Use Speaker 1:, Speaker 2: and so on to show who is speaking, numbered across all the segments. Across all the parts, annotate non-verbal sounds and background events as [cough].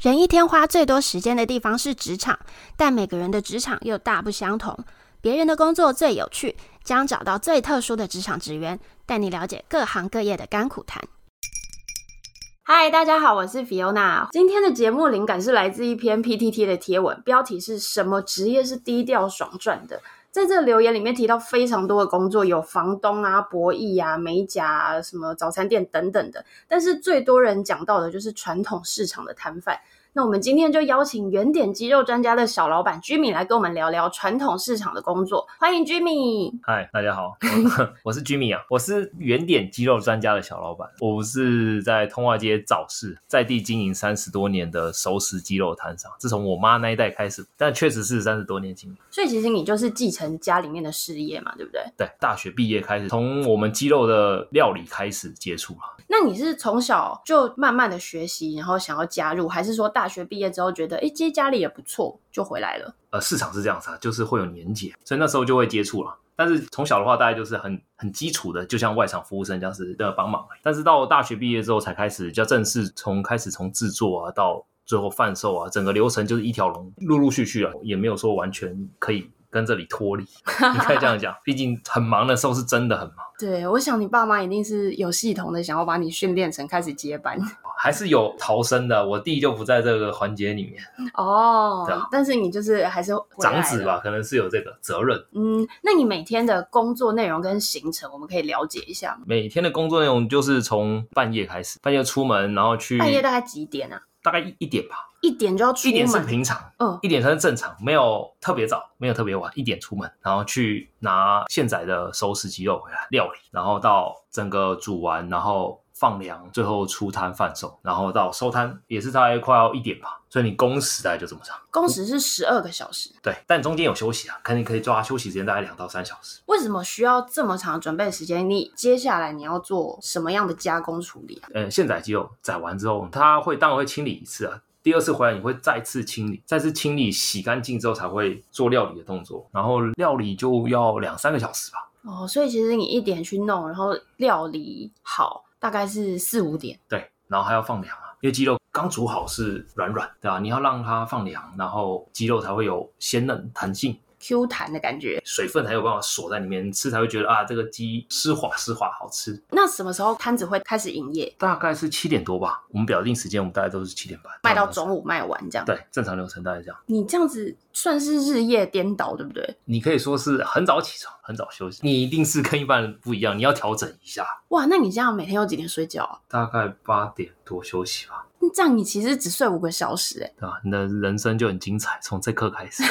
Speaker 1: 人一天花最多时间的地方是职场，但每个人的职场又大不相同。别人的工作最有趣，将找到最特殊的职场职员，带你了解各行各业的甘苦谈。嗨，大家好，我是 Fiona。今天的节目灵感是来自一篇 PTT 的贴文，标题是什么职业是低调爽赚的？在这个留言里面提到非常多的工作，有房东啊、博弈啊、美甲啊、什么早餐店等等的。但是最多人讲到的就是传统市场的摊贩。那我们今天就邀请原点鸡肉专家的小老板 Jimmy 来跟我们聊聊传统市场的工作。欢迎 Jimmy。
Speaker 2: 嗨，大家好，我 [laughs] 是 Jimmy 啊，我是原点肌肉专家的小老板，我是在通化街早市在地经营三十多年的熟食鸡肉摊商，自从我妈那一代开始，但确实是三十多年经营。
Speaker 1: 所以其实你就是继承家里面的事业嘛，对不对？
Speaker 2: 对，大学毕业开始，从我们鸡肉的料理开始接触啊。
Speaker 1: 那你是从小就慢慢的学习，然后想要加入，还是说大学毕业之后觉得，哎，其实家里也不错，就回来了？
Speaker 2: 呃，市场是这样子啊，就是会有年节，所以那时候就会接触了。但是从小的话，大概就是很很基础的，就像外场服务生这样子的帮忙而已。但是到大学毕业之后，才开始比较正式，从开始从制作啊到最后贩售啊，整个流程就是一条龙，陆陆续续啊，也没有说完全可以跟这里
Speaker 1: [laughs]
Speaker 2: 脱离，你可以这样讲。毕竟很忙的时候是真的很忙，
Speaker 1: 对，我想你爸妈一定是有系统的想要把你训练成开始接班
Speaker 2: 啊还是有逃生的。啊我弟就不在这个环节里面，
Speaker 1: [laughs] 哦
Speaker 2: 对啊。
Speaker 1: 但是你就是还是回来
Speaker 2: 长
Speaker 1: 了
Speaker 2: 子吧，可能是有这个责任。
Speaker 1: 嗯，那你每天的工作内容跟行程，我们可以了解一下吗？
Speaker 2: 每天的工作内容就是从半夜开始，半夜出门，然后去
Speaker 1: 半夜大概几点啊？
Speaker 2: 大概一一点吧，
Speaker 1: 一点就要出
Speaker 2: 一
Speaker 1: 门？
Speaker 2: 点是平常，
Speaker 1: 嗯，
Speaker 2: 一点算是正常，没有特别早，没有特别晚，一点出门，然后去拿现宰的熟食鸡肉回来料理，然后到整个煮完，然后放凉，最后出摊贩售，然后到收摊也是大概快要一点吧，所以你工时大概就这么长。
Speaker 1: 工时是十二个小时，
Speaker 2: 对，但中间有休息啊，肯定可以抓休息时间，大概两到三小时。
Speaker 1: 为什么需要这么长的准备时间？你接下来你要做什么样的加工处理啊？
Speaker 2: 呃，现宰鸡肉宰完之后，它会当然会清理一次啊。第二次回来你会再次清理，再次清理洗干净之后才会做料理的动作，然后料理就要两三个小时吧。
Speaker 1: 哦，所以其实你一点去弄，然后料理好，大概是四五点。
Speaker 2: 对，然后还要放凉啊，因为鸡肉刚煮好是软软，对吧、你要让它放凉，然后鸡肉才会有鲜嫩弹性，
Speaker 1: Q 弹的感觉，
Speaker 2: 水分才有办法锁在里面，吃才会觉得啊，这个鸡丝滑丝滑好吃。
Speaker 1: 那什么时候摊子会开始营业？
Speaker 2: 大概是七点多吧，我们表定时间，我们大概都是七点半
Speaker 1: 卖到中午卖完这样。，
Speaker 2: 对，正常流程大概这样。
Speaker 1: 你这样子算是日夜颠倒，对不对？
Speaker 2: 你可以说是很早起床，很早休息，你一定是跟一般人不一样，你要调整一下。
Speaker 1: 哇，那你这样每天有几点睡觉啊？
Speaker 2: 大概八点多休息吧，
Speaker 1: 那这样你其实只睡五个小时、欸，哎，
Speaker 2: 对吧？你的人生就很精彩，从这刻开始。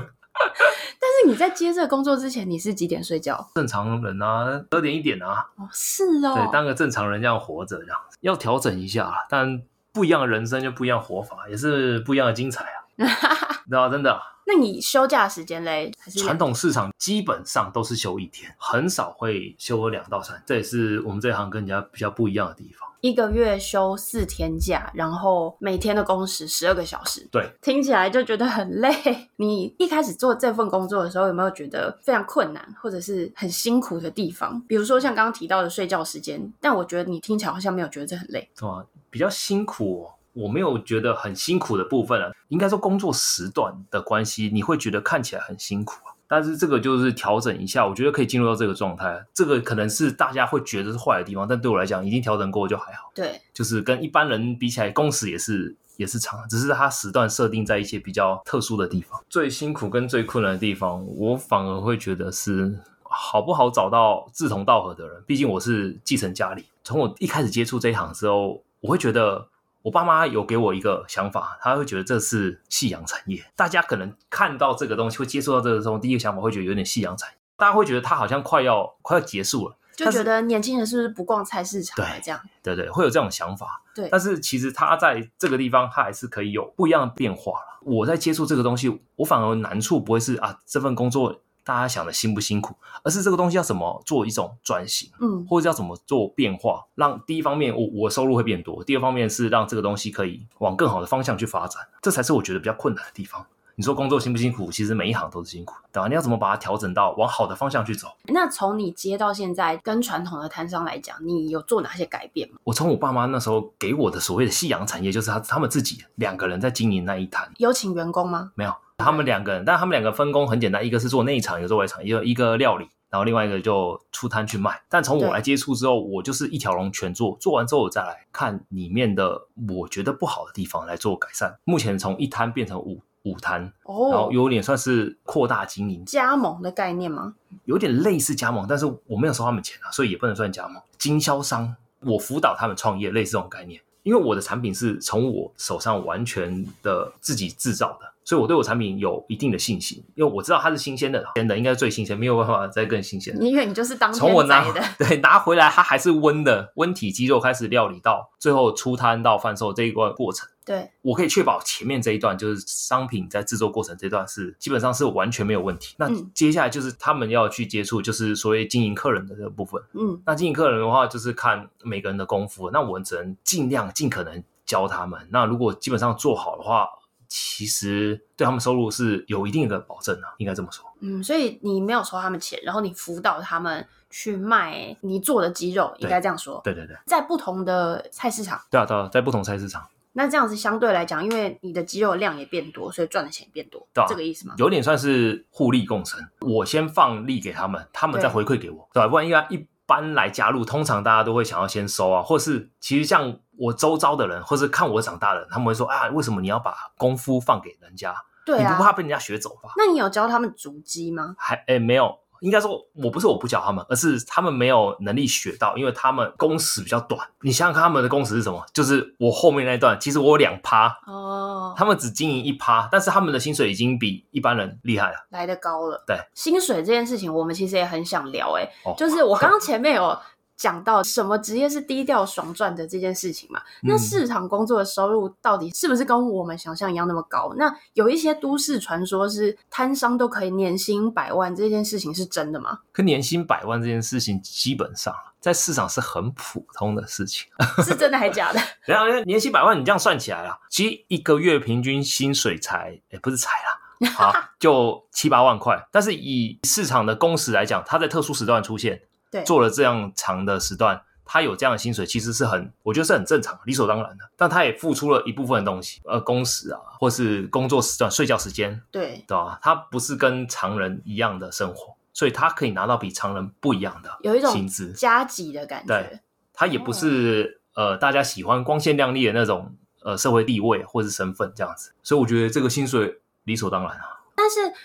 Speaker 1: 但是你在接这个工作之前，你是几点睡觉？
Speaker 2: 正常人啊，十二点一点啊，
Speaker 1: 哦，是哦，
Speaker 2: 对，当个正常人这样活着，这样子要调整一下啦。但不一样的人生就不一样活法，也是不一样的精彩啊。
Speaker 1: [laughs]
Speaker 2: 你知道，真的啊，
Speaker 1: 那你休假时间嘞？还是
Speaker 2: 传统市场基本上都是休一天，很少会休两到三，这也是我们这行跟人家比较不一样的地方。
Speaker 1: 一个月休四天假，然后每天的工时十二个小时，
Speaker 2: 对，
Speaker 1: 听起来就觉得很累。 [laughs] 你一开始做这份工作的时候，有没有觉得非常困难，或者是很辛苦的地方？比如说像刚刚提到的睡觉时间，但我觉得你听起来好像没有觉得这很累。
Speaker 2: 对吧？比较辛苦、哦。我没有觉得很辛苦的部分啊，应该说工作时段的关系，你会觉得看起来很辛苦啊。但是这个就是调整一下，我觉得可以进入到这个状态。啊这个可能是大家会觉得是坏的地方，但对我来讲，已经调整过就还好。
Speaker 1: 对，
Speaker 2: 就是跟一般人比起来，工时也是也是长，只是它时段设定在一些比较特殊的地方。最辛苦跟最困难的地方，我反而会觉得是好不好找到志同道合的人。毕竟我是继承家里，从我一开始接触这一行之后，我会觉得。我爸妈有给我一个想法，他会觉得这是夕阳产业。大家可能看到这个东西，会接触到这个东西，第一个想法会觉得有点夕阳产业，大家会觉得它好像快要快要结束了。
Speaker 1: 就
Speaker 2: 但是
Speaker 1: 觉得年轻人是不是不逛菜市场了
Speaker 2: 对
Speaker 1: 这样？
Speaker 2: 对对，会有这种想法。
Speaker 1: 对
Speaker 2: 但是其实他在这个地方，他还是可以有不一样的变化了。我在接触这个东西，我反而难处不会是啊，这份工作大家想的辛不辛苦，而是这个东西要怎么做一种转型，
Speaker 1: 嗯，
Speaker 2: 或者要怎么做变化，让第一方面我我收入会变多，第二方面是让这个东西可以往更好的方向去发展，这才是我觉得比较困难的地方。你说工作辛不辛苦？其实每一行都是辛苦的，对吧？你要怎么把它调整到往好的方向去走？
Speaker 1: 那从你接到现在，跟传统的摊商来讲，你有做哪些改变吗？
Speaker 2: 我从我爸妈那时候给我的所谓的夕阳产业，就是他他们自己两个人在经营那一摊，
Speaker 1: 有请员工吗？
Speaker 2: 没有他们两个人，但他们两个分工很简单，一个是做内场，一个做外场，一个一个料理。然后另外一个就出摊去卖，但从我
Speaker 1: 对
Speaker 2: 来接触之后，我就是一条龙全做，做完之后我再来看里面的我觉得不好的地方来做改善。目前从一摊变成五五摊，然
Speaker 1: 哦
Speaker 2: 后，有点算是扩大经营，
Speaker 1: 加盟的概念吗？
Speaker 2: 有点类似加盟，但是我没有收他们钱啊，所以也不能算加盟。经销商，我辅导他们创业，类似这种概念。因为我的产品是从我手上完全的自己制造的，所以我对我产品有一定的信心，因为我知道它是新鲜的，真的应该是最新鲜，没有办法再更新鲜了。
Speaker 1: 因为你就是当
Speaker 2: 从我
Speaker 1: 天
Speaker 2: 拿
Speaker 1: 宰的， [laughs]
Speaker 2: [laughs] 对拿回来，它还是温的，温体鸡肉开始料理到最后出摊到贩售这一段过程，
Speaker 1: 对，
Speaker 2: 我可以确保前面这一段就是商品在制作过程这段是基本上是完全没有问题。那
Speaker 1: 嗯
Speaker 2: 接下来就是他们要去接触，就是所谓经营客人的这个部分。
Speaker 1: 嗯，
Speaker 2: 那经营客人的话，就是看每个人的功夫，那我们只能尽量尽可能教他们。那如果基本上做好的话，其实对他们收入是有一定的保证啊，应该这么说。
Speaker 1: 嗯，所以你没有收他们钱，然后你辅导他们去卖你做的鸡肉，应该这样说。
Speaker 2: 对对对，
Speaker 1: 在不同的菜市场，
Speaker 2: 对啊对啊，在不同菜市场。
Speaker 1: 那这样子相对来讲，因为你的鸡肉量也变多，所以赚的钱变多，
Speaker 2: 对啊
Speaker 1: 这个意思吗？
Speaker 2: 有点算是互利共生。我先放利给他们，他们再回馈给我，对吧？不然一般一般来加入，通常大家都会想要先收啊，或是其实像我周遭的人，或是看我长大的人，他们会说啊，为什么你要把功夫放给人家？
Speaker 1: 对
Speaker 2: 你
Speaker 1: 啊
Speaker 2: 不，怕被人家学走吧？
Speaker 1: 那你有教他们足鸡吗？
Speaker 2: 还诶、没有。应该说，我不是我不教他们，而是他们没有能力学到，因为他们工时比较短。你想想看，他们的工时是什么？就是我后面那一段，其实我有两趴，
Speaker 1: 哦，
Speaker 2: 他们只经营一趴，但是他们的薪水已经比一般人厉害了。
Speaker 1: 来的高了。
Speaker 2: 对，
Speaker 1: 薪水这件事情，我们其实也很想聊、欸。
Speaker 2: 哦
Speaker 1: 就是我刚刚前面有讲到什么职业是低调爽赚的这件事情嘛，那
Speaker 2: 嗯
Speaker 1: 市场工作的收入到底是不是跟我们想象一样那么高？那有一些都市传说是摊商都可以年薪百万，这件事情是真的吗？
Speaker 2: 可年薪百万这件事情，基本上在市场是很普通的事情。
Speaker 1: 是真的还假
Speaker 2: [laughs]
Speaker 1: 的？
Speaker 2: 然后年薪百万，你这样算起来啦，其实一个月平均薪水才，也不是才啦，好，就七八万块。但是以市场的工时来讲，它在特殊时段出现，
Speaker 1: 对，
Speaker 2: 做了这样长的时段，他有这样的薪水，其实是很，我觉得是很正常、理所当然的。但他也付出了一部分的东西，呃，工时啊，或是工作时段、睡觉时间，
Speaker 1: 对。
Speaker 2: 对吧？他不是跟常人一样的生活，所以他可以拿到比常人不一样的
Speaker 1: 有一种嗯
Speaker 2: 薪资。
Speaker 1: 加急的感觉
Speaker 2: 对，他也不是、呃大家喜欢光鲜亮丽的那种呃社会地位或是身份这样子，所以我觉得这个薪水理所当然啊。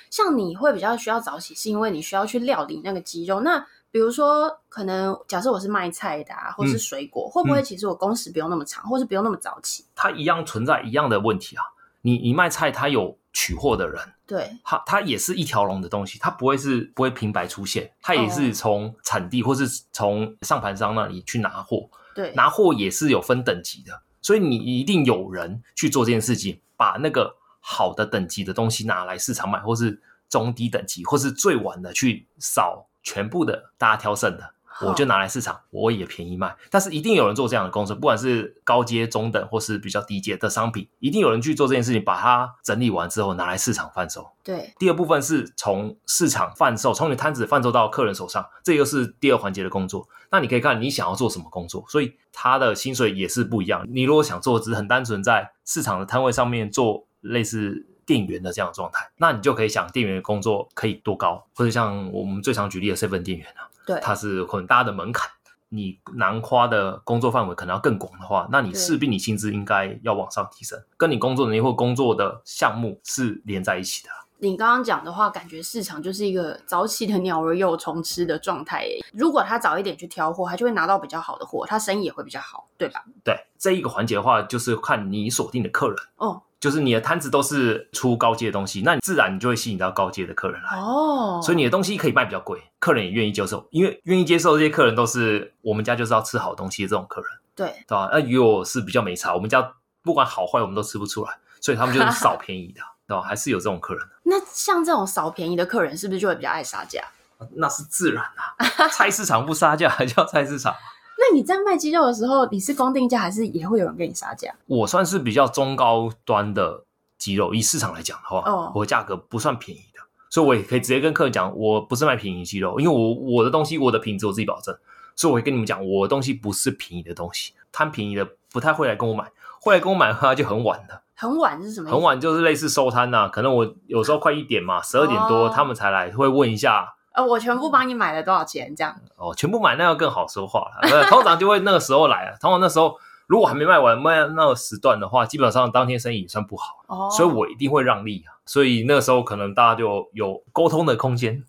Speaker 1: 像你会比较需要早起，是因为你需要去料理那个鸡肉。那比如说，可能假设我是卖菜的啊，或是
Speaker 2: 嗯
Speaker 1: 水果，会不会
Speaker 2: 嗯
Speaker 1: 其实我工时不用那么长，或是不用那么早起？
Speaker 2: 它一样存在一样的问题啊。你你卖菜，它有取货的人，
Speaker 1: 对，
Speaker 2: 它它也是一条龙的东西，它不会是不会平白出现，它也
Speaker 1: 哦
Speaker 2: 是从产地或是从上盘商那里去拿货，
Speaker 1: 对，
Speaker 2: 拿货也是有分等级的，所以你一定有人去做这件事情，把那个好的等级的东西拿来市场买，或是中低等级，或是最晚的去扫全部的大家挑剩的，
Speaker 1: 好
Speaker 2: 我就拿来市场，我也便宜卖。但是一定有人做这样的工作，不管是高阶、中等或是比较低阶的商品，一定有人去做这件事情，把它整理完之后拿来市场贩售。
Speaker 1: 对，
Speaker 2: 第二部分是从市场贩售，从你摊子贩售到客人手上，这又是第二环节的工作。那你可以看你想要做什么工作，所以他的薪水也是不一样。你如果想做只是很单纯在市场的摊位上面做类似店员的这样的状态，那你就可以想店员的工作可以多高，或者像我们最常举例的 seven 店员啊，
Speaker 1: 对，
Speaker 2: 它是很大的门槛。你囊括的工作范围可能要更广的话，那你
Speaker 1: 对
Speaker 2: 势必你薪资应该要往上提升，跟你工作能力或工作的项目是连在一起的。
Speaker 1: 你刚刚讲的话，感觉市场就是一个早起的鸟儿又虫吃的状态耶。如果他早一点去挑货，他就会拿到比较好的货，他生意也会比较好，对吧？
Speaker 2: 对这一个环节的话，就是看你锁定的客人，
Speaker 1: 哦
Speaker 2: 就是你的摊子都是出高阶的东西，那你自然你就会吸引到高阶的客人来。
Speaker 1: 哦，
Speaker 2: 哎所以你的东西可以卖比较贵，客人也愿意接受，因为愿意接受这些客人都是我们家就是要吃好东西的这种客人，
Speaker 1: 对
Speaker 2: 对吧？那与我是比较没差，我们家不管好坏我们都吃不出来，所以他们就是少便宜的，对吧？还是有这种客人，
Speaker 1: 那像这种少便宜的客人，是不是就会比较爱杀价？
Speaker 2: 那是自然啊，菜市场不杀价还叫菜市场。
Speaker 1: 那你在卖鸡肉的时候，你是公定价还是也会有人跟你杀价？
Speaker 2: 我算是比较中高端的鸡肉，以市场来讲的话，
Speaker 1: 哦
Speaker 2: 我的价格不算便宜的，所以我也可以直接跟客人讲，我不是卖便宜鸡肉，因为我我的东西我的品质我自己保证，所以我会跟你们讲，我的东西不是便宜的东西，贪便宜的不太会来跟我买，会来跟我买的话就很晚了。
Speaker 1: 很晚是什么意思？
Speaker 2: 很晚就是类似收摊呐、可能我有时候快一点嘛，十二点多、
Speaker 1: 哦
Speaker 2: 他们才来，会问一下
Speaker 1: 呃，我全部帮你买了多少钱这样？
Speaker 2: 哦，全部买那要更好说话了。呃通常就会那个时候来啊了，通常那时候如果还没卖完，卖到那个时段的话，基本上当天生意也算不好，
Speaker 1: 哦，
Speaker 2: 所以我一定会让利啊。所以那个时候可能大家就有沟通的空间，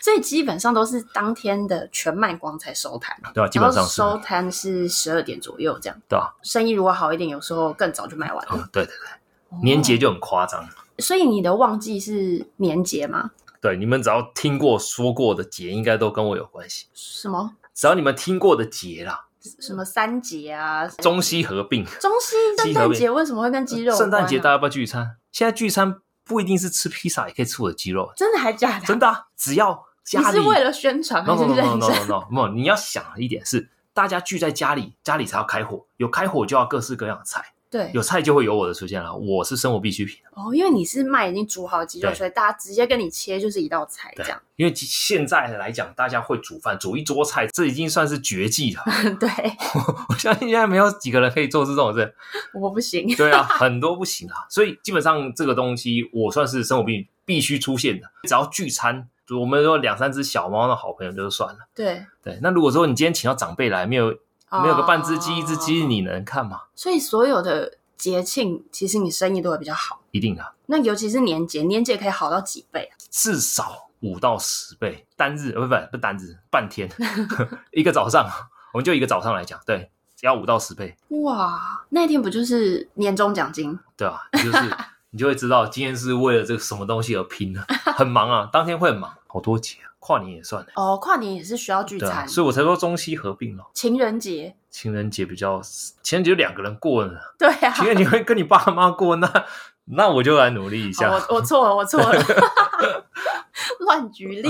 Speaker 1: 所以基本上都是当天的全卖光才收摊，
Speaker 2: 对吧、基本上是，
Speaker 1: 然后收摊是十二点左右这样。
Speaker 2: 对吧、啊
Speaker 1: 生意如果好一点，有时候更早就卖完了。哦
Speaker 2: 嗯，对对对，年节就很夸张。
Speaker 1: 所以你的旺季是年节吗？
Speaker 2: 对，你们只要听过说过的节，应该都跟我有关系。
Speaker 1: 什么
Speaker 2: 只要你们听过的节啦，
Speaker 1: 什么三节啊？
Speaker 2: 中西合并。
Speaker 1: 中西圣诞节为什么会跟鸡肉有关啊？
Speaker 2: 圣诞节大家要不要聚餐？现在聚餐不一定是吃披萨，也可以吃我的鸡肉，
Speaker 1: 真的还假的？
Speaker 2: 真的啊、只要
Speaker 1: 你
Speaker 2: 家里
Speaker 1: 是为了宣传
Speaker 2: no
Speaker 1: 还是
Speaker 2: no no
Speaker 1: 认
Speaker 2: no
Speaker 1: 真
Speaker 2: no no no no，你要想一点是，大家聚在家里，家里才要开火，有开火就要各式各样的菜，
Speaker 1: 对
Speaker 2: 有菜就会有我的出现了，我是生活必需品，
Speaker 1: 哦，因为你是卖已经煮好的鸡肉，
Speaker 2: 对
Speaker 1: 所以大家直接跟你切就是一道菜这
Speaker 2: 对
Speaker 1: 样。，
Speaker 2: 因为现在来讲，大家会煮饭，煮一桌菜，这已经算是绝技了。
Speaker 1: [laughs] 对，
Speaker 2: 我相信现在没有几个人可以做出这种事，
Speaker 1: 我不行。 [laughs]
Speaker 2: 对啊，很多不行啊，所以基本上这个东西我算是生活必必须出现的。只要聚餐，我们说两三只小猫的好朋友就算了。
Speaker 1: 对，
Speaker 2: 对，那如果说你今天请到长辈来，没有没有个半只鸡、一只鸡，
Speaker 1: 哦
Speaker 2: 你能看吗？
Speaker 1: 所以所有的节庆，其实你生意都会比较好。
Speaker 2: 一定的，
Speaker 1: 那尤其是年节，年节可以好到几倍啊？
Speaker 2: 至少五到十倍，单日呃不不不单日，半天， [laughs] 一个早上，我们就一个早上来讲，对，只要五到十倍，
Speaker 1: 哇，那一天不就是年终奖金？
Speaker 2: 对啊，你
Speaker 1: [laughs]
Speaker 2: 就是你就会知道今天是为了这个什么东西而拼的，很忙啊，当天会很忙，好多节啊，跨年也算了。
Speaker 1: 哦，跨年也是需要聚
Speaker 2: 对
Speaker 1: 餐，
Speaker 2: 啊，所以我才说中西合并咯。
Speaker 1: 情人节，
Speaker 2: 情人节比较，情人节就两个人过了，
Speaker 1: 对啊，
Speaker 2: 情人节会跟你爸妈过，那 [laughs] 那我就来努力一下。
Speaker 1: 哦我我错了，我错
Speaker 2: [laughs]
Speaker 1: 了，乱举例。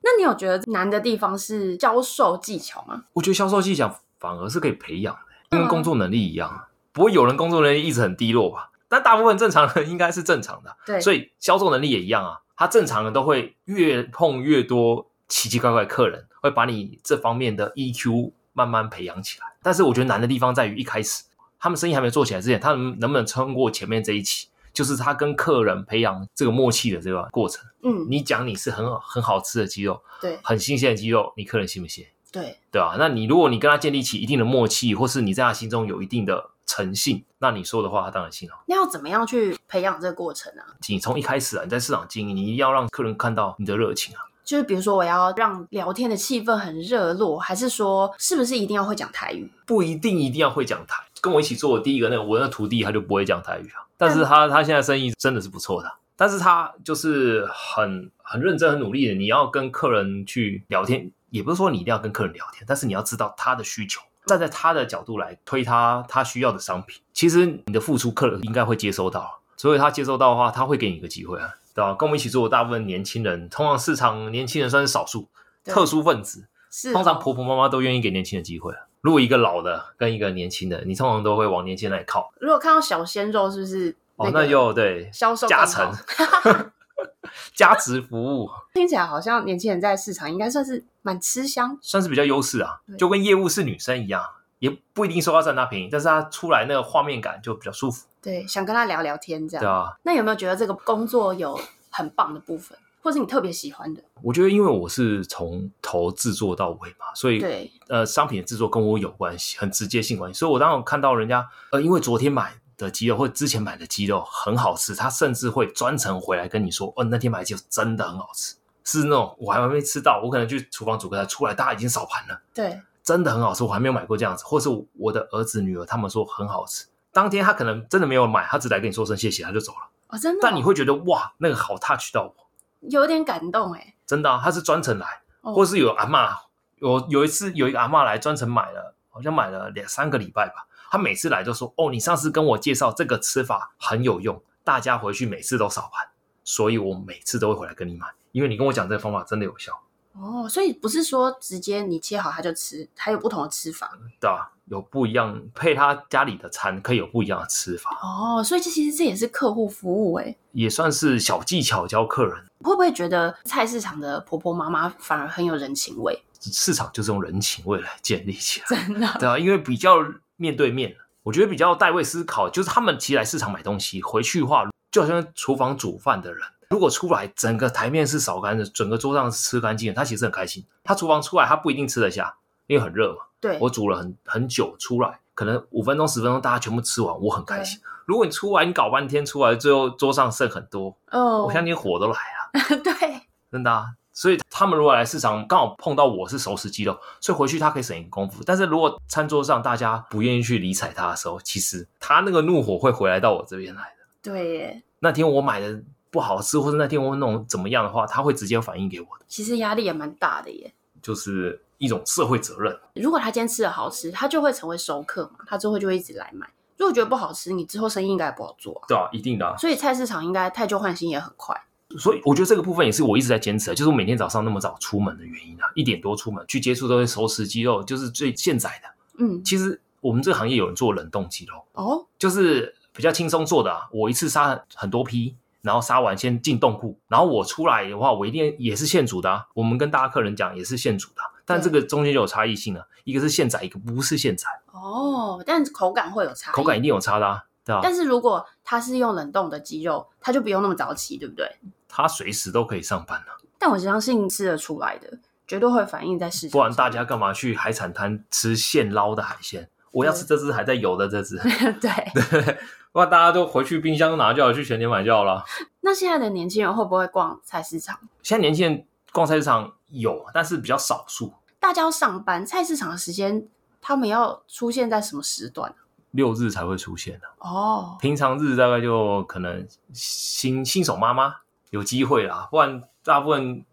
Speaker 1: 那你有觉得难的地方是销售技巧吗？
Speaker 2: 我觉得销售技巧反而是可以培养的，
Speaker 1: 嗯
Speaker 2: 跟工作能力一样，啊不会有人工作能力一直很低落吧？但大部分正常人应该是正常的，啊
Speaker 1: 对，
Speaker 2: 所
Speaker 1: 以
Speaker 2: 以销售能力也一样啊。他正常人都会越碰越多奇奇怪怪的客人，会把你这方面的 EQ 慢慢培养起来。但是我觉得难的地方在于一开始，他们生意还没做起来之前，他们能不能撑过前面这一期，就是他跟客人培养这个默契的这个过程。
Speaker 1: 嗯，
Speaker 2: 你讲你是很好很好吃的鸡肉，
Speaker 1: 对
Speaker 2: 很新鲜的鸡肉，你客人信不信？
Speaker 1: 对，
Speaker 2: 对啊，那你如果你跟他建立起一定的默契，或是你在他心中有一定的诚信，那你说的话他当然信了。啊
Speaker 1: 那要怎么样去培养这个过程啊？
Speaker 2: 你从一开始啊，你在市场经营，你一定要让客人看到你的热情啊。
Speaker 1: 就是比如说，我要让聊天的气氛很热络，还是说，是不是一定要会讲台语？
Speaker 2: 不一定一定要会讲台，跟我一起做的第一个那个我那个徒弟他就不会讲台语啊，但是他他现在生意真的是不错的啊，但是他就是很很认真很努力的，你要跟客人去聊天，也不是说你一定要跟客人聊天，但是你要知道他的需求。站在他的角度来推他他需要的商品，其实你的付出客人应该会接收到啊，所以他接收到的话，他会给你一个机会啊，对吧、跟我们一起做的大部分年轻人，通常市场年轻人算是少数
Speaker 1: 对
Speaker 2: 特殊分子，
Speaker 1: 是
Speaker 2: 通常
Speaker 1: 哦
Speaker 2: 婆婆妈妈都愿意给年轻人机会啊。如果一个老的跟一个年轻的，你通常都会往年轻人来靠。
Speaker 1: 如果看到小鲜肉，是不是、
Speaker 2: 哦，
Speaker 1: 个
Speaker 2: 那又对
Speaker 1: 销售
Speaker 2: 加
Speaker 1: 更
Speaker 2: 成
Speaker 1: 好 [laughs]
Speaker 2: [laughs] 加值服务
Speaker 1: 听起来好像年轻人在市场应该算是蛮吃香。
Speaker 2: 算是比较优势啊
Speaker 1: 对，
Speaker 2: 就跟业务是女生一样，也不一定说要占她便宜，但是她出来那个画面感就比较舒服，
Speaker 1: 对，想跟他聊聊天这样。
Speaker 2: 对啊。
Speaker 1: 那有没有觉得这个工作有很棒的部分，或是你特别喜欢的？
Speaker 2: 我觉得因为我是从头制作到尾嘛，所以
Speaker 1: 对，
Speaker 2: 呃，商品的制作跟我有关系，很直接性关系。所以我当我看到人家呃，因为昨天买的鸡肉或之前买的鸡肉很好吃，他甚至会专程回来跟你说，哦，那天买的鸡肉真的很好吃，是那种我还没吃到，我可能去厨房煮个菜出来，大家已经扫盘了，
Speaker 1: 对，
Speaker 2: 真的很好吃，我还没有买过这样子，或是我的儿子女儿他们说很好吃。当天他可能真的没有买，他只来跟你说声谢谢，他就走了。
Speaker 1: 哦，真的哦、
Speaker 2: 但你会觉得哇，那个好 touch 到我，
Speaker 1: 有点感动哎。
Speaker 2: 真的、啊，他是专程来，
Speaker 1: 哦
Speaker 2: 或是有阿嬷，有有一次有一个阿嬷来专程买了，好像买了两三个礼拜吧。她每次来就说：“哦，你上次跟我介绍这个吃法很有用，大家回去每次都少盘，所以我每次都会回来跟你买，因为你跟我讲这个方法真的有效。
Speaker 1: 哦，所以不是说直接你切好它就吃，它有不同的吃法
Speaker 2: 对吧、有不一样，配他家里的餐可以有不一样的吃法，
Speaker 1: 哦。所以这其实这也是客户服务哎、
Speaker 2: 也算是小技巧教客人。
Speaker 1: 会不会觉得菜市场的婆婆妈妈反而很有人情味？
Speaker 2: 市场就是用人情味来建立起来，
Speaker 1: 真的，
Speaker 2: 对啊，因为比较面对面，我觉得比较代位思考，就是他们其实来市场买东西，回去的话，就好像厨房煮饭的人，如果出来整个台面是扫干的，整个桌上是吃干净的，他其实很开心。他厨房出来，他不一定吃得下，因为很热嘛。
Speaker 1: 对，
Speaker 2: 我煮了很很久，出来可能五分钟十分钟，大家全部吃完，我很开心。如果你出来你搞半天，出来最后桌上剩很多，
Speaker 1: 哦，
Speaker 2: 我相信火都来
Speaker 1: [laughs]
Speaker 2: 啊。
Speaker 1: 对，
Speaker 2: 真的啊。所以他们如果来市场，刚好碰到我是熟食鸡肉，所以回去他可以省一个功夫。但是如果餐桌上大家不愿意去理睬他的时候，其实他那个怒火会回来到我这边来的。
Speaker 1: 对耶，
Speaker 2: 那天我买的不好吃，或者那天我弄怎么样的话，他会直接反映给我的，
Speaker 1: 其实压力也蛮大的耶。
Speaker 2: 就是一种社会责任。
Speaker 1: 如果他今天吃的好吃，他就会成为熟客嘛，他之后就会一直来买。如果觉得不好吃，你之后生意应该也不好做啊。
Speaker 2: 对啊，一定的、啊。
Speaker 1: 所以菜市场应该汰旧换新也很快。
Speaker 2: 所以我觉得这个部分也是我一直在坚持的，就是我每天早上那么早出门的原因啊，一点多出门去接触这些熟食鸡肉，就是最现宰的。
Speaker 1: 嗯，
Speaker 2: 其实我们这个行业有人做冷冻鸡肉。
Speaker 1: 哦，
Speaker 2: 就是比较轻松做的、啊，我一次杀很多批，然后杀完先进冻库，然后我出来的话，我一定也是现煮的、啊。我们跟大家客人讲也是现煮的啊、但这个中间就有差异性啊，一个是现宰，一个不是现宰，
Speaker 1: 哦，但口感会有差异。
Speaker 2: 口感一定有差的、啊，对吧、
Speaker 1: 但是如果他是用冷冻的鸡肉，他就不用那么早起，对不对？
Speaker 2: 他随时都可以上班啊，
Speaker 1: 但我相信吃得出来的，绝对会反映在市场上。
Speaker 2: 不然大家干嘛去海产摊吃现捞的海鲜？我要吃这只还在游的这 [laughs] 只，
Speaker 1: [laughs] 对。
Speaker 2: 不然大家都回去冰箱拿就好，去全年买就好了。
Speaker 1: 那现在的年轻人会不会逛菜市场？
Speaker 2: 现在年轻人逛菜市场有，但是比较少数，
Speaker 1: 大家要上班，菜市场的时间他们要出现在什么时段？
Speaker 2: 六日才会出现啊
Speaker 1: 哦，
Speaker 2: 平常日大概就可能新新手妈妈有机会啦，不然大部分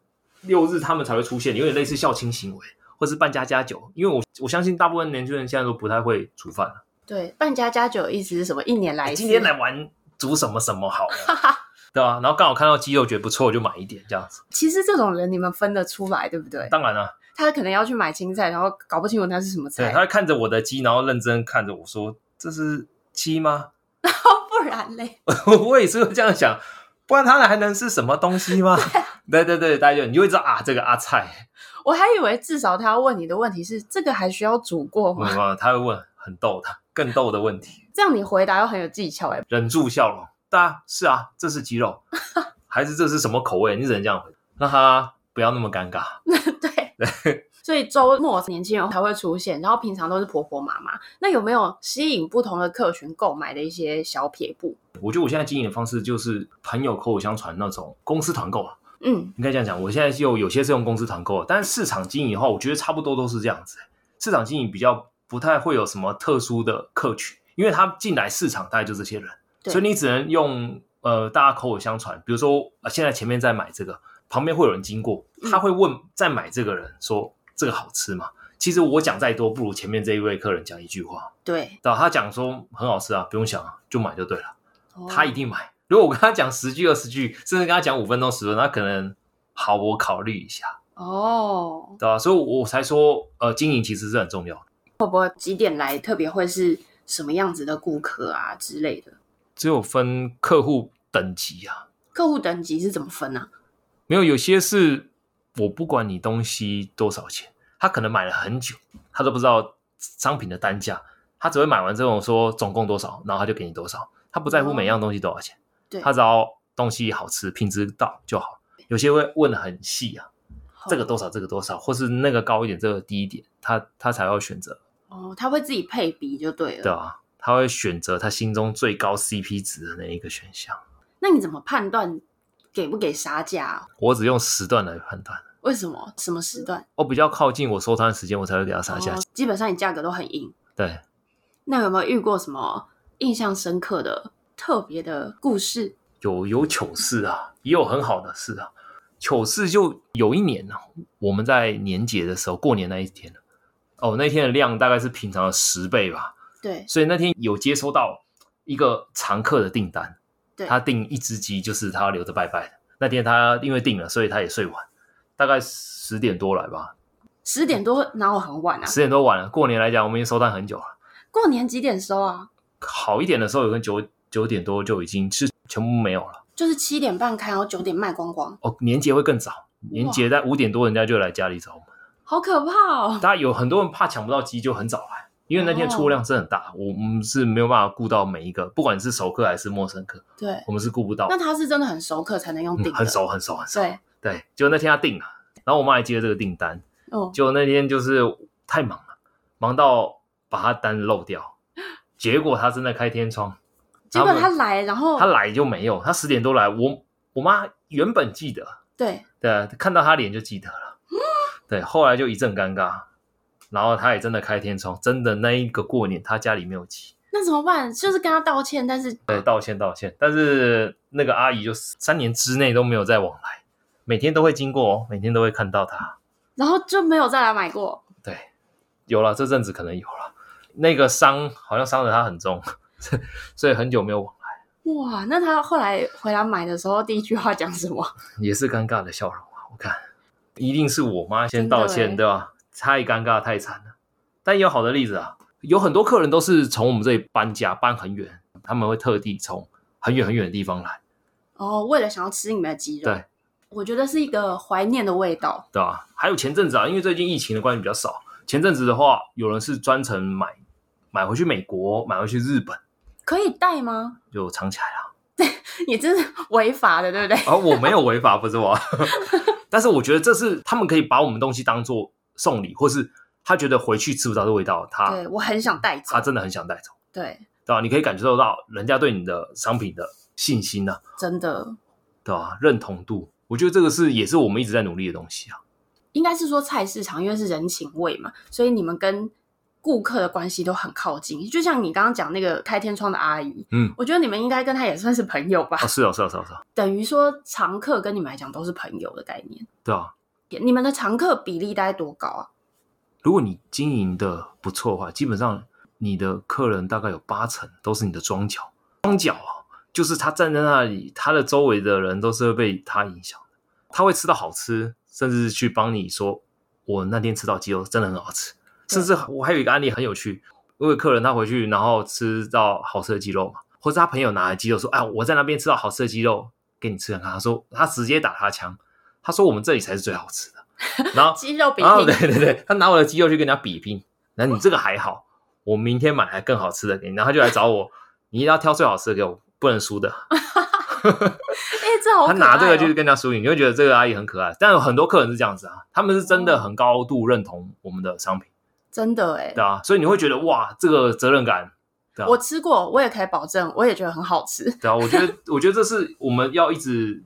Speaker 2: 六日他们才会出现，有点类似孝亲行为，或是办家家酒。因为我我相信大部分年轻人现在都不太会煮饭了。
Speaker 1: 对，办家家酒的意思是什么？一年来一次。
Speaker 2: 哎今天来玩煮什么什么好了，对吧、然后刚好看到鸡肉觉得不错，我就买一点这样子。
Speaker 1: 其实这种人你们分得出来，对不对？
Speaker 2: 当然了、
Speaker 1: 他可能要去买青菜，然后搞不清楚那是什么
Speaker 2: 对，
Speaker 1: 菜，
Speaker 2: 他会看着我的鸡，然后认真看着我说：“这是鸡吗？” [laughs]
Speaker 1: 不然嘞，
Speaker 2: 我也是会这样想，不然它还能是什么东西吗？对对对，大家就你就会知道啊，这个阿菜，
Speaker 1: 我还以为至少他要问你的问题是这个还需要煮过
Speaker 2: 没
Speaker 1: 吗？
Speaker 2: 有，呃他会问很逗的，更逗的问题，
Speaker 1: 这样你回答又很有技巧哎、 [laughs]
Speaker 2: 忍住笑容。对啊，是啊，这是鸡肉，还是这是什么口味？你只能这样回，让他不要那么尴尬。
Speaker 1: 对。所以周末年轻人才会出现，然后平常都是婆婆妈妈。那有没有吸引不同的客群购买的一些小撇步？
Speaker 2: 我觉得我现在经营的方式就是朋友口口相传那种公司团购啊，
Speaker 1: 嗯，
Speaker 2: 应该这样讲。我现在就有些是用公司团购的，但是市场经营的话，我觉得差不多都是这样子。市场经营比较不太会有什么特殊的客群，因为他进来市场大概就这些人，
Speaker 1: 对
Speaker 2: 所以你只能用呃大家口口相传。比如说、呃、现在前面在买这个，旁边会有人经过，他会问在买这个人说这个好吃吗？其实我讲再多，不如前面这一位客人讲一句话，
Speaker 1: 对，
Speaker 2: 然后他讲说很好吃啊，不用想啊，就买就对了。
Speaker 1: 哦
Speaker 2: 他一定买。如果我跟他讲十句、二十句，甚至跟他讲五分钟、十分钟，他可能好，我考虑一下，
Speaker 1: 哦，
Speaker 2: 对吧、所以我才说，呃，经营其实是很重要的。
Speaker 1: 几点来特别会是什么样子的顾客啊之类的？
Speaker 2: 只有分客户等级啊，
Speaker 1: 客户等级是怎么分啊？
Speaker 2: 没有有些是我不管你东西多少钱，他可能买了很久，他都不知道商品的单价，他只会买完之后说总共多少，然后他就给你多少，他不在乎每样东西多少钱，
Speaker 1: 对，
Speaker 2: 他只要东西好吃、品质到就好。有些会问的很细啊，这个多少，这个多少，或是那个高一点，这个低一点，他他才要选择，
Speaker 1: 哦，他会自己配比就对了。
Speaker 2: 对啊，他会选择他心中最高 CP 值的那一个选项。
Speaker 1: 那你怎么判断给不给杀价啊、
Speaker 2: 我只用时段来判断，
Speaker 1: 为什么？什么时段？
Speaker 2: 我比较靠近我收摊的时间，我才会给他杀价
Speaker 1: 哦。基本上你价格都很硬。
Speaker 2: 对，
Speaker 1: 那有没有遇过什么印象深刻的、特别的故事？
Speaker 2: 有有糗事啊，也有很好的事啊。糗事就有一年呢、啊，我们在年节的时候，过年那一天啊哦，那天的量大概是平常的十倍吧，
Speaker 1: 对
Speaker 2: 所以那天有接收到一个常客的订单，
Speaker 1: 对
Speaker 2: 他订一只鸡，就是他要留着拜拜的。那天他因为订了，所以他也睡晚，大概十点多来吧，
Speaker 1: 十点多哪有很晚啊？
Speaker 2: 十点多晚了。过年来讲，我们已经收摊很久了。
Speaker 1: 过年几点收啊？
Speaker 2: 好一点的时候，有跟九九点多就已经是全部没有了。
Speaker 1: 就是七点半开，然后九点卖光光，
Speaker 2: 哦，年节会更早，年节在五点多人家就来家里找我们。
Speaker 1: 好可怕哦！
Speaker 2: 大家有很多人怕抢不到鸡，就很早来，因为那天出货量真的很大，
Speaker 1: 哦
Speaker 2: 我我们是没有办法顾到每一个，不管是熟客还是陌生客，
Speaker 1: 对，
Speaker 2: 我们是顾不到。
Speaker 1: 那他是真的很熟客才能用
Speaker 2: 嗯
Speaker 1: 订、
Speaker 2: 很，熟很熟很熟。
Speaker 1: 对，
Speaker 2: 对，就那天他订了，啊然后我妈还接了这个订单，
Speaker 1: 哦，
Speaker 2: 就那天就是太忙了，忙到把他单漏掉，结果他正在开天窗，
Speaker 1: 结果
Speaker 2: 然
Speaker 1: 他
Speaker 2: 后
Speaker 1: 来，然后
Speaker 2: 他来就没有，他十点多来，我我妈原本记得，
Speaker 1: 对，
Speaker 2: 对，看到他脸就记得了，对，后来就一阵尴尬，然后他也真的开天窗，真的那一个过年他家里没有鸡，
Speaker 1: 那怎么办？就是跟他道歉，但是
Speaker 2: 对，道歉道歉，但是那个阿姨就三年之内都没有再往来，每天都会经过哦，每天都会看到她。
Speaker 1: 然后就没有再来买过，
Speaker 2: 对，有了，这阵子可能有了。那个伤好像伤得他很重，所以很久没有往来，
Speaker 1: 哇！那他后来回来买的时候，第一句话讲什么？ [laughs]
Speaker 2: 也是尴尬的笑容啊。我看，一定是我妈先道
Speaker 1: 真
Speaker 2: 歉，
Speaker 1: 的欸
Speaker 2: 对吧？太尴尬，太惨了。但也有好的例子啊，有很多客人都是从我们这里搬家，搬很远，他们会特地从很远很远的地方来，
Speaker 1: 哦，为了想要吃你们的鸡肉，
Speaker 2: 对，
Speaker 1: 我觉得是一个怀念的味道，
Speaker 2: 对吧？还有前阵子啊，因为最近疫情的关系比较少，前阵子的话，有人是专程买买回去美国，买回去日本，
Speaker 1: 可以带吗？
Speaker 2: 就藏起来了。
Speaker 1: 你这是违法的，对不对？
Speaker 2: 而、我没有违法，不是我。 [laughs] 但是我觉得这是他们可以把我们东西当做送礼，或是他觉得回去吃不到的味道，他
Speaker 1: 对我很想带走
Speaker 2: 他，真的很想带走，
Speaker 1: 对，
Speaker 2: 对吧？你可以感受到人家对你的商品的信心呐、啊，
Speaker 1: 真的
Speaker 2: 对吧？认同度，我觉得这个是也是我们一直在努力的东西啊。
Speaker 1: 应该是说菜市场，因为是人情味嘛，所以你们跟顾客的关系都很靠近。就像你刚刚讲那个开天窗的阿姨，
Speaker 2: 嗯，
Speaker 1: 我觉得你们应该跟她也算是朋友吧，
Speaker 2: 啊，是哦，是哦，是哦，是哦，
Speaker 1: 等于说常客跟你们来讲都是朋友的概念。
Speaker 2: 对啊。
Speaker 1: 你们的常客比例大概多高啊？
Speaker 2: 如果你经营的不错的话，基本上你的客人大概有八成都是你的庄脚，庄脚啊，就是他站在那里，他的周围的人都是会被他影响的，他会吃到好吃，甚至是去帮你说，我那天吃到鸡肉真的很好吃，甚至我还有一个案例很有趣，因为客人他回去然后吃到好吃的鸡肉嘛，或者他朋友拿了鸡肉说，哎，我在那边吃到好吃的鸡肉给你吃看看，他说他直接打他枪，他说我们这里才是最好吃的，然后
Speaker 1: 肌肉比
Speaker 2: 啊，对
Speaker 1: 例，
Speaker 2: 对对，他拿我的鸡肉去跟人家比拼，那你这个还好，我明天买来更好吃的给你，然后他就来找我，你一定要挑最好吃的给我，不能输的。
Speaker 1: 哎、这好可爱、哦。
Speaker 2: 他拿这个就是跟人家输赢，你会觉得这个阿姨很可爱。但有很多客人是这样子啊，他们是真
Speaker 1: 哦
Speaker 2: 的很高度认同我们的商品，
Speaker 1: 真的哎、
Speaker 2: 对啊，所以你会觉得哇，这个责任感，对啊
Speaker 1: 我，吃过，我也可以保证，我也觉得很好吃。
Speaker 2: 对啊，我觉得我觉得这是我们要一直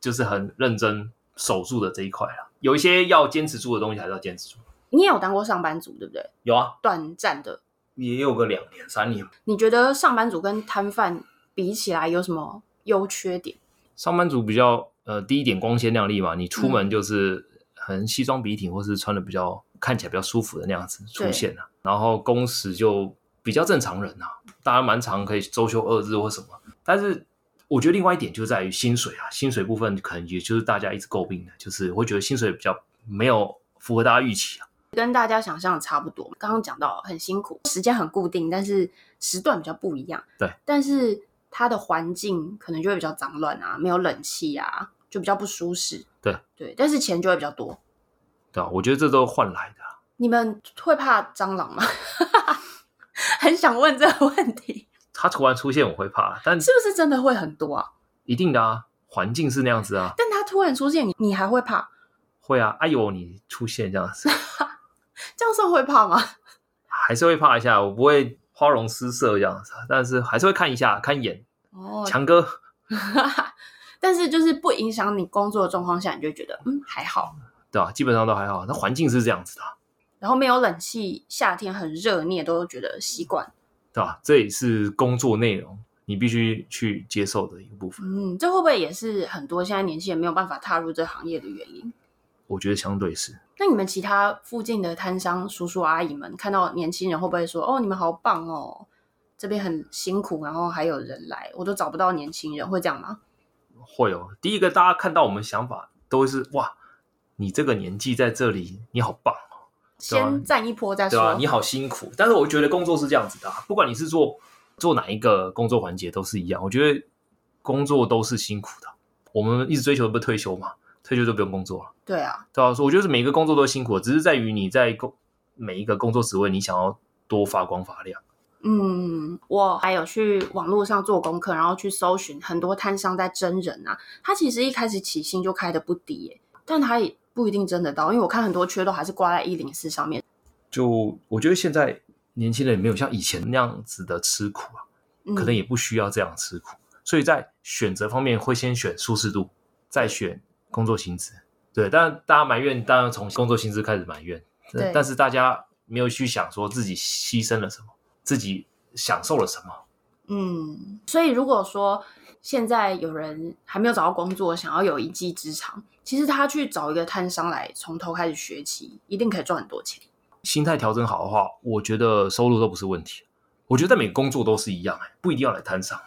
Speaker 2: 就是很认真守住的这一块啊，有一些要坚持住的东西还是要坚持住。
Speaker 1: 你也有当过上班族，对不对？
Speaker 2: 有啊，
Speaker 1: 短暂的，
Speaker 2: 也有个两年三年吧
Speaker 1: 你觉得上班族跟摊贩比起来有什么优缺点？
Speaker 2: 上班族比较呃，第一点光鲜亮丽嘛，你出门就是很西装笔挺，或是穿的比较看起来比较舒服的那样子出现了、然后工时就比较正常人啊，大家蛮常可以周休二日或什么。但是我觉得另外一点就在于薪水啊，薪水部分可能也就是大家一直诟病的，就是会觉得薪水比较没有符合大家预期啊。
Speaker 1: 跟大家想象的差不多。刚刚讲到很辛苦，时间很固定，但是时段比较不一样。
Speaker 2: 对，
Speaker 1: 但是它的环境可能就会比较脏乱啊，没有冷气啊，就比较不舒适。
Speaker 2: 对
Speaker 1: 对，但是钱就会比较多。
Speaker 2: 对啊，我觉得这都是换来的啊。
Speaker 1: 你们会怕蟑螂吗？ [laughs] 很想问这个问题，
Speaker 2: 它突然出现我会怕，但
Speaker 1: 是不是真的会很多啊？
Speaker 2: 一定的啊，环境是那样子啊，
Speaker 1: 但它突然出现，你你还会怕？
Speaker 2: 会啊，哎呦你出现这样子。
Speaker 1: 这样算会怕吗？
Speaker 2: 还是会怕一下，我不会花容失色这样子，但是还是会看一下看一眼。
Speaker 1: 哦，
Speaker 2: 强哥，
Speaker 1: [laughs] 但是就是不影响你工作的状况下，你就会觉得嗯还好。
Speaker 2: 对吧、基本上都还好，那环境是这样子的，
Speaker 1: 然后没有冷气，夏天很热，你也都觉得习惯。
Speaker 2: 对吧、这也是工作内容，你必须去接受的一个部分。
Speaker 1: 嗯，这会不会也是很多现在年轻人没有办法踏入这行业的原因？
Speaker 2: 我觉得相对是，
Speaker 1: 那你们其他附近的摊商叔叔阿姨们看到年轻人，会不会说：“哦，你们好棒哦，这边很辛苦，然后还有人来，我都找不到年轻人，会这样吗
Speaker 2: 会有第一个大家看到我们想法都会是哇，你这个年纪在这里，你好棒，对啊
Speaker 1: 先站一波再
Speaker 2: 对啊
Speaker 1: 说。
Speaker 2: 吧、你好辛苦。但是我觉得工作是这样子的、啊，不管你是做做哪一个工作环节都是一样，我觉得工作都是辛苦的。我们一直追求的不是退休嘛，退休就不用工作了。
Speaker 1: 对啊，
Speaker 2: 对啊，所以我觉得是每一个工作都辛苦的，只是在于你在工每一个工作职位，你想要多发光发亮。
Speaker 1: 嗯，我还有去网络上做功课，然后去搜寻很多摊商在真人啊，他其实一开始起薪就开的不低耶、但他也不一定真的到，因为我看很多缺都还是挂在一零四上面。
Speaker 2: 就我觉得现在年轻人也没有像以前那样子的吃苦啊，
Speaker 1: 嗯、
Speaker 2: 可能也不需要这样吃苦，所以在选择方面会先选舒适度，再选工作薪资。对，但大家埋怨，当然从工作薪资开始埋怨，
Speaker 1: 对
Speaker 2: 但是大家没有去想说自己牺牲了什么，自己享受了什么。
Speaker 1: 嗯，所以如果说现在有人还没有找到工作，想要有一技之长，其实他去找一个摊商来从头开始学起，一定可以赚很多钱。
Speaker 2: 心态调整好的话，我觉得收入都不是问题。我觉得在每个工作都是一样、欸，不一定要来摊上、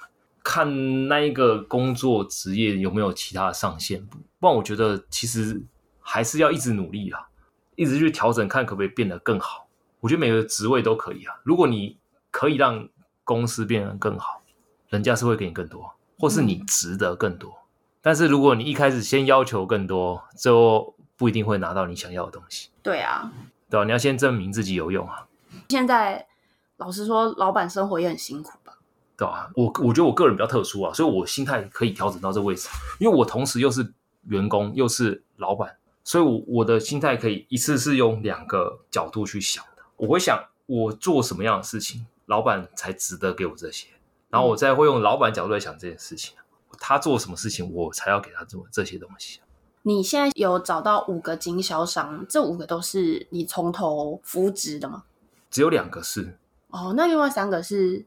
Speaker 2: 看那一个工作职业有没有其他的上限。不然我觉得其实还是要一直努力啦，一直去调整，看可不可以变得更好。我觉得每个职位都可以啊，如果你可以让公司变得更好，人家是会给你更多，或是你值得更多。但是如果你一开始先要求更多，最后不一定会拿到你想要的东西。
Speaker 1: 对啊，
Speaker 2: 对吧、你要先证明自己有用啊，
Speaker 1: 现在老实说，老板生活也很辛苦吧？
Speaker 2: 对吧、我我觉得我个人比较特殊啊，所以我心态可以调整到这位置，因为我同时又是员工又是老板，所以我我的心态可以一次是用两个角度去想的。我会想我做什么样的事情，老板才值得给我这些，然后我再会用老板角度来想这件事情，啊他做什么事情，我才要给他做这些东西。啊
Speaker 1: 你现在有找到五个经销商，这五个都是你从头扶植的吗？
Speaker 2: 只有两个是
Speaker 1: 哦，那另外三个是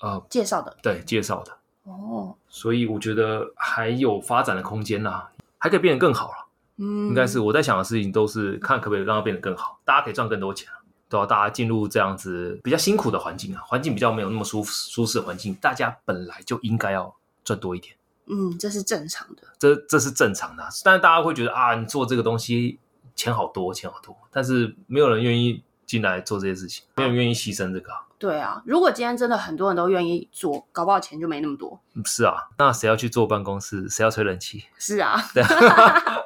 Speaker 2: 呃
Speaker 1: 介绍的
Speaker 2: 对介绍的，
Speaker 1: 哦，
Speaker 2: 所以我觉得还有发展的空间呐、还可以变得更好了。
Speaker 1: 嗯，
Speaker 2: 应该是我在想的事情都是看可不可以让它变得更好，大家可以赚更多钱啊，对吧、大家进入这样子比较辛苦的环境啊，环境比较没有那么舒服舒适的环境，大家本来就应该要赚多一点，
Speaker 1: 嗯，这是正常的，
Speaker 2: 这这是正常的啊、但是大家会觉得啊，你做这个东西钱好多，钱好多，但是没有人愿意进来做这些事情，没有人愿意牺牲这个啊、
Speaker 1: 对啊。如果今天真的很多人都愿意做，搞不好钱就没那么多。
Speaker 2: 嗯是啊，那谁要去坐办公室？谁要吹冷气？
Speaker 1: 是
Speaker 2: [laughs]
Speaker 1: 啊，
Speaker 2: 对啊。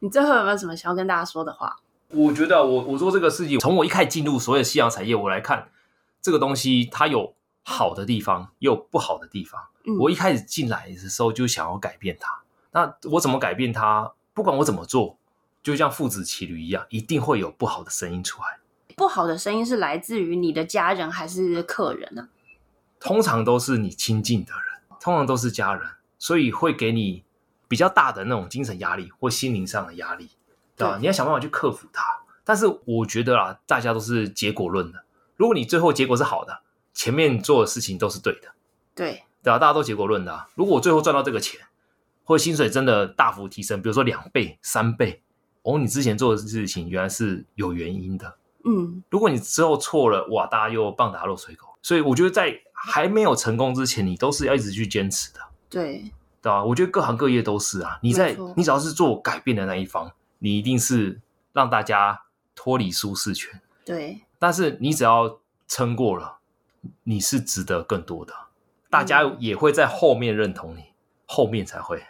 Speaker 1: 你最后有没有什么想要跟大家说的话？
Speaker 2: 我觉得啊我我做这个事情，从我一开始进入所有夕阳产业，我来看这个东西，它有好的地方，也有不好的地方。
Speaker 1: 嗯，
Speaker 2: 我一开始进来的时候就想要改变它，那我怎么改变它？不管我怎么做，就像父子骑驴一样，一定会有不好的声音出来。
Speaker 1: 不好的声音是来自于你的家人还是客人呢、
Speaker 2: 通常都是你亲近的人，通常都是家人，所以会给你比较大的那种精神压力或心灵上的压力，对吧？
Speaker 1: 对
Speaker 2: 你要想办法去克服它。但是我觉得啊，大家都是结果论的。如果你最后结果是好的，前面做的事情都是对的，
Speaker 1: 对，
Speaker 2: 对吧、大家都结果论的啊、如果我最后赚到这个钱，或者薪水真的大幅提升，比如说两倍、三倍，哦，你之前做的事情原来是有原因的，
Speaker 1: 嗯，
Speaker 2: 如果你之后错了，哇，大家又棒打落水狗。所以我觉得在还没有成功之前，你都是要一直去坚持的，
Speaker 1: 对，
Speaker 2: 对吧、我觉得各行各业都是啊，你
Speaker 1: 没
Speaker 2: 在
Speaker 1: 错
Speaker 2: 你只要是做改变的那一方，你一定是让大家脱离舒适圈。
Speaker 1: 对， [laughs]
Speaker 2: 但是你只要撑过了，你是值得更多的，大家
Speaker 1: 嗯
Speaker 2: 也会在后面认同你，后面才会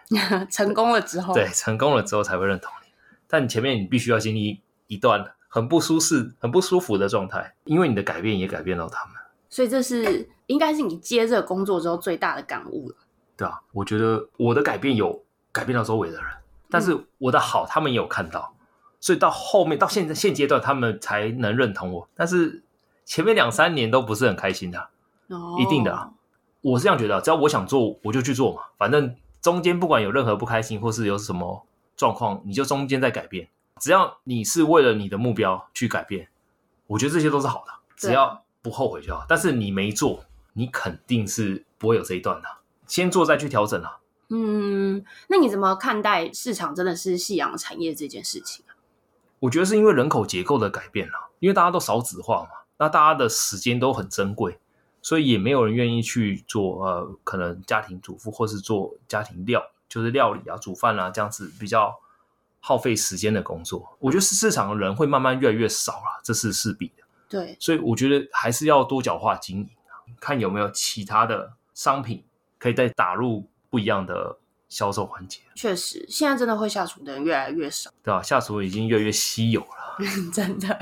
Speaker 1: 成功了之后，
Speaker 2: 对，成功了之后才会认同你。但你前面你必须要经历一段很不舒适、很不舒服的状态，因为你的改变也改变到他们，
Speaker 1: 所以这是应该是你接这个工作之后最大的感悟了。
Speaker 2: 对吧、我觉得我的改变有改变到周围的人，但是我的好他们也有看到，所以到后面到现在现阶段他们才能认同我。但是前面两三年都不是很开心的啊、
Speaker 1: 哦
Speaker 2: 一定的啊我是这样觉得啊，只要我想做，我就去做嘛。反正中间不管有任何不开心，或是有什么状况，你就中间再改变。只要你是为了你的目标去改变，我觉得这些都是好的，
Speaker 1: 对啊
Speaker 2: 只要不后悔就好。但是你没做，你肯定是不会有这一段的啊。先做再去调整啊。
Speaker 1: 嗯，那你怎么看待市场真的是夕阳产业这件事情啊？
Speaker 2: 我觉得是因为人口结构的改变啦，因为大家都少子化嘛，那大家的时间都很珍贵，所以也没有人愿意去做呃，可能家庭主妇或是做家庭料，就是料理啊、煮饭啊这样子比较耗费时间的工作。我觉得市场的人会慢慢越来越少了，这是势必的。
Speaker 1: 对，
Speaker 2: 所以我觉得还是要多角化经营啊，看有没有其他的商品可以再打入不一样的销售环节，
Speaker 1: 确实，现在真的会下厨的人越来越
Speaker 2: [laughs]
Speaker 1: 少，
Speaker 2: 对吧、下厨已经越来越稀有了。
Speaker 1: 真的。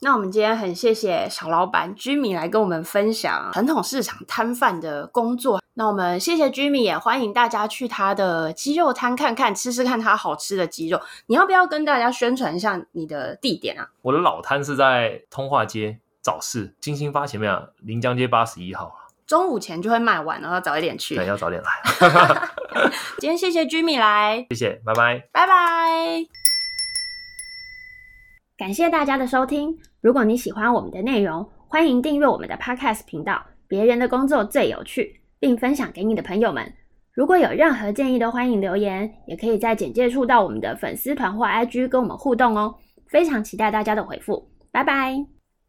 Speaker 1: 那我们今天很谢谢小老板 Jimmy 来跟我们分享传统市场摊贩的工作。那我们谢谢 Jimmy，也欢迎大家去他的鸡肉摊看看，吃吃看他好吃的鸡肉。你要不要跟大家宣传一下你的地点啊？
Speaker 2: 我的老摊是在通化街早市金星发前面、啊，临江街八十一号啊
Speaker 1: 中午前就会卖完，然后早一点去
Speaker 2: 对，。要早点来，
Speaker 1: 今天谢谢 Jimmy 来，
Speaker 2: 谢谢，拜拜。
Speaker 1: 拜拜。
Speaker 3: 感谢大家的收听。如果你喜欢我们的内容，欢迎订阅我们的 Podcast 频道《别人的工作最有趣》，并分享给你的朋友们。如果有任何建议，都欢迎留言，也可以在简介处到我们的粉丝团或 IG 跟我们互动哦。非常期待大家的回复，拜拜。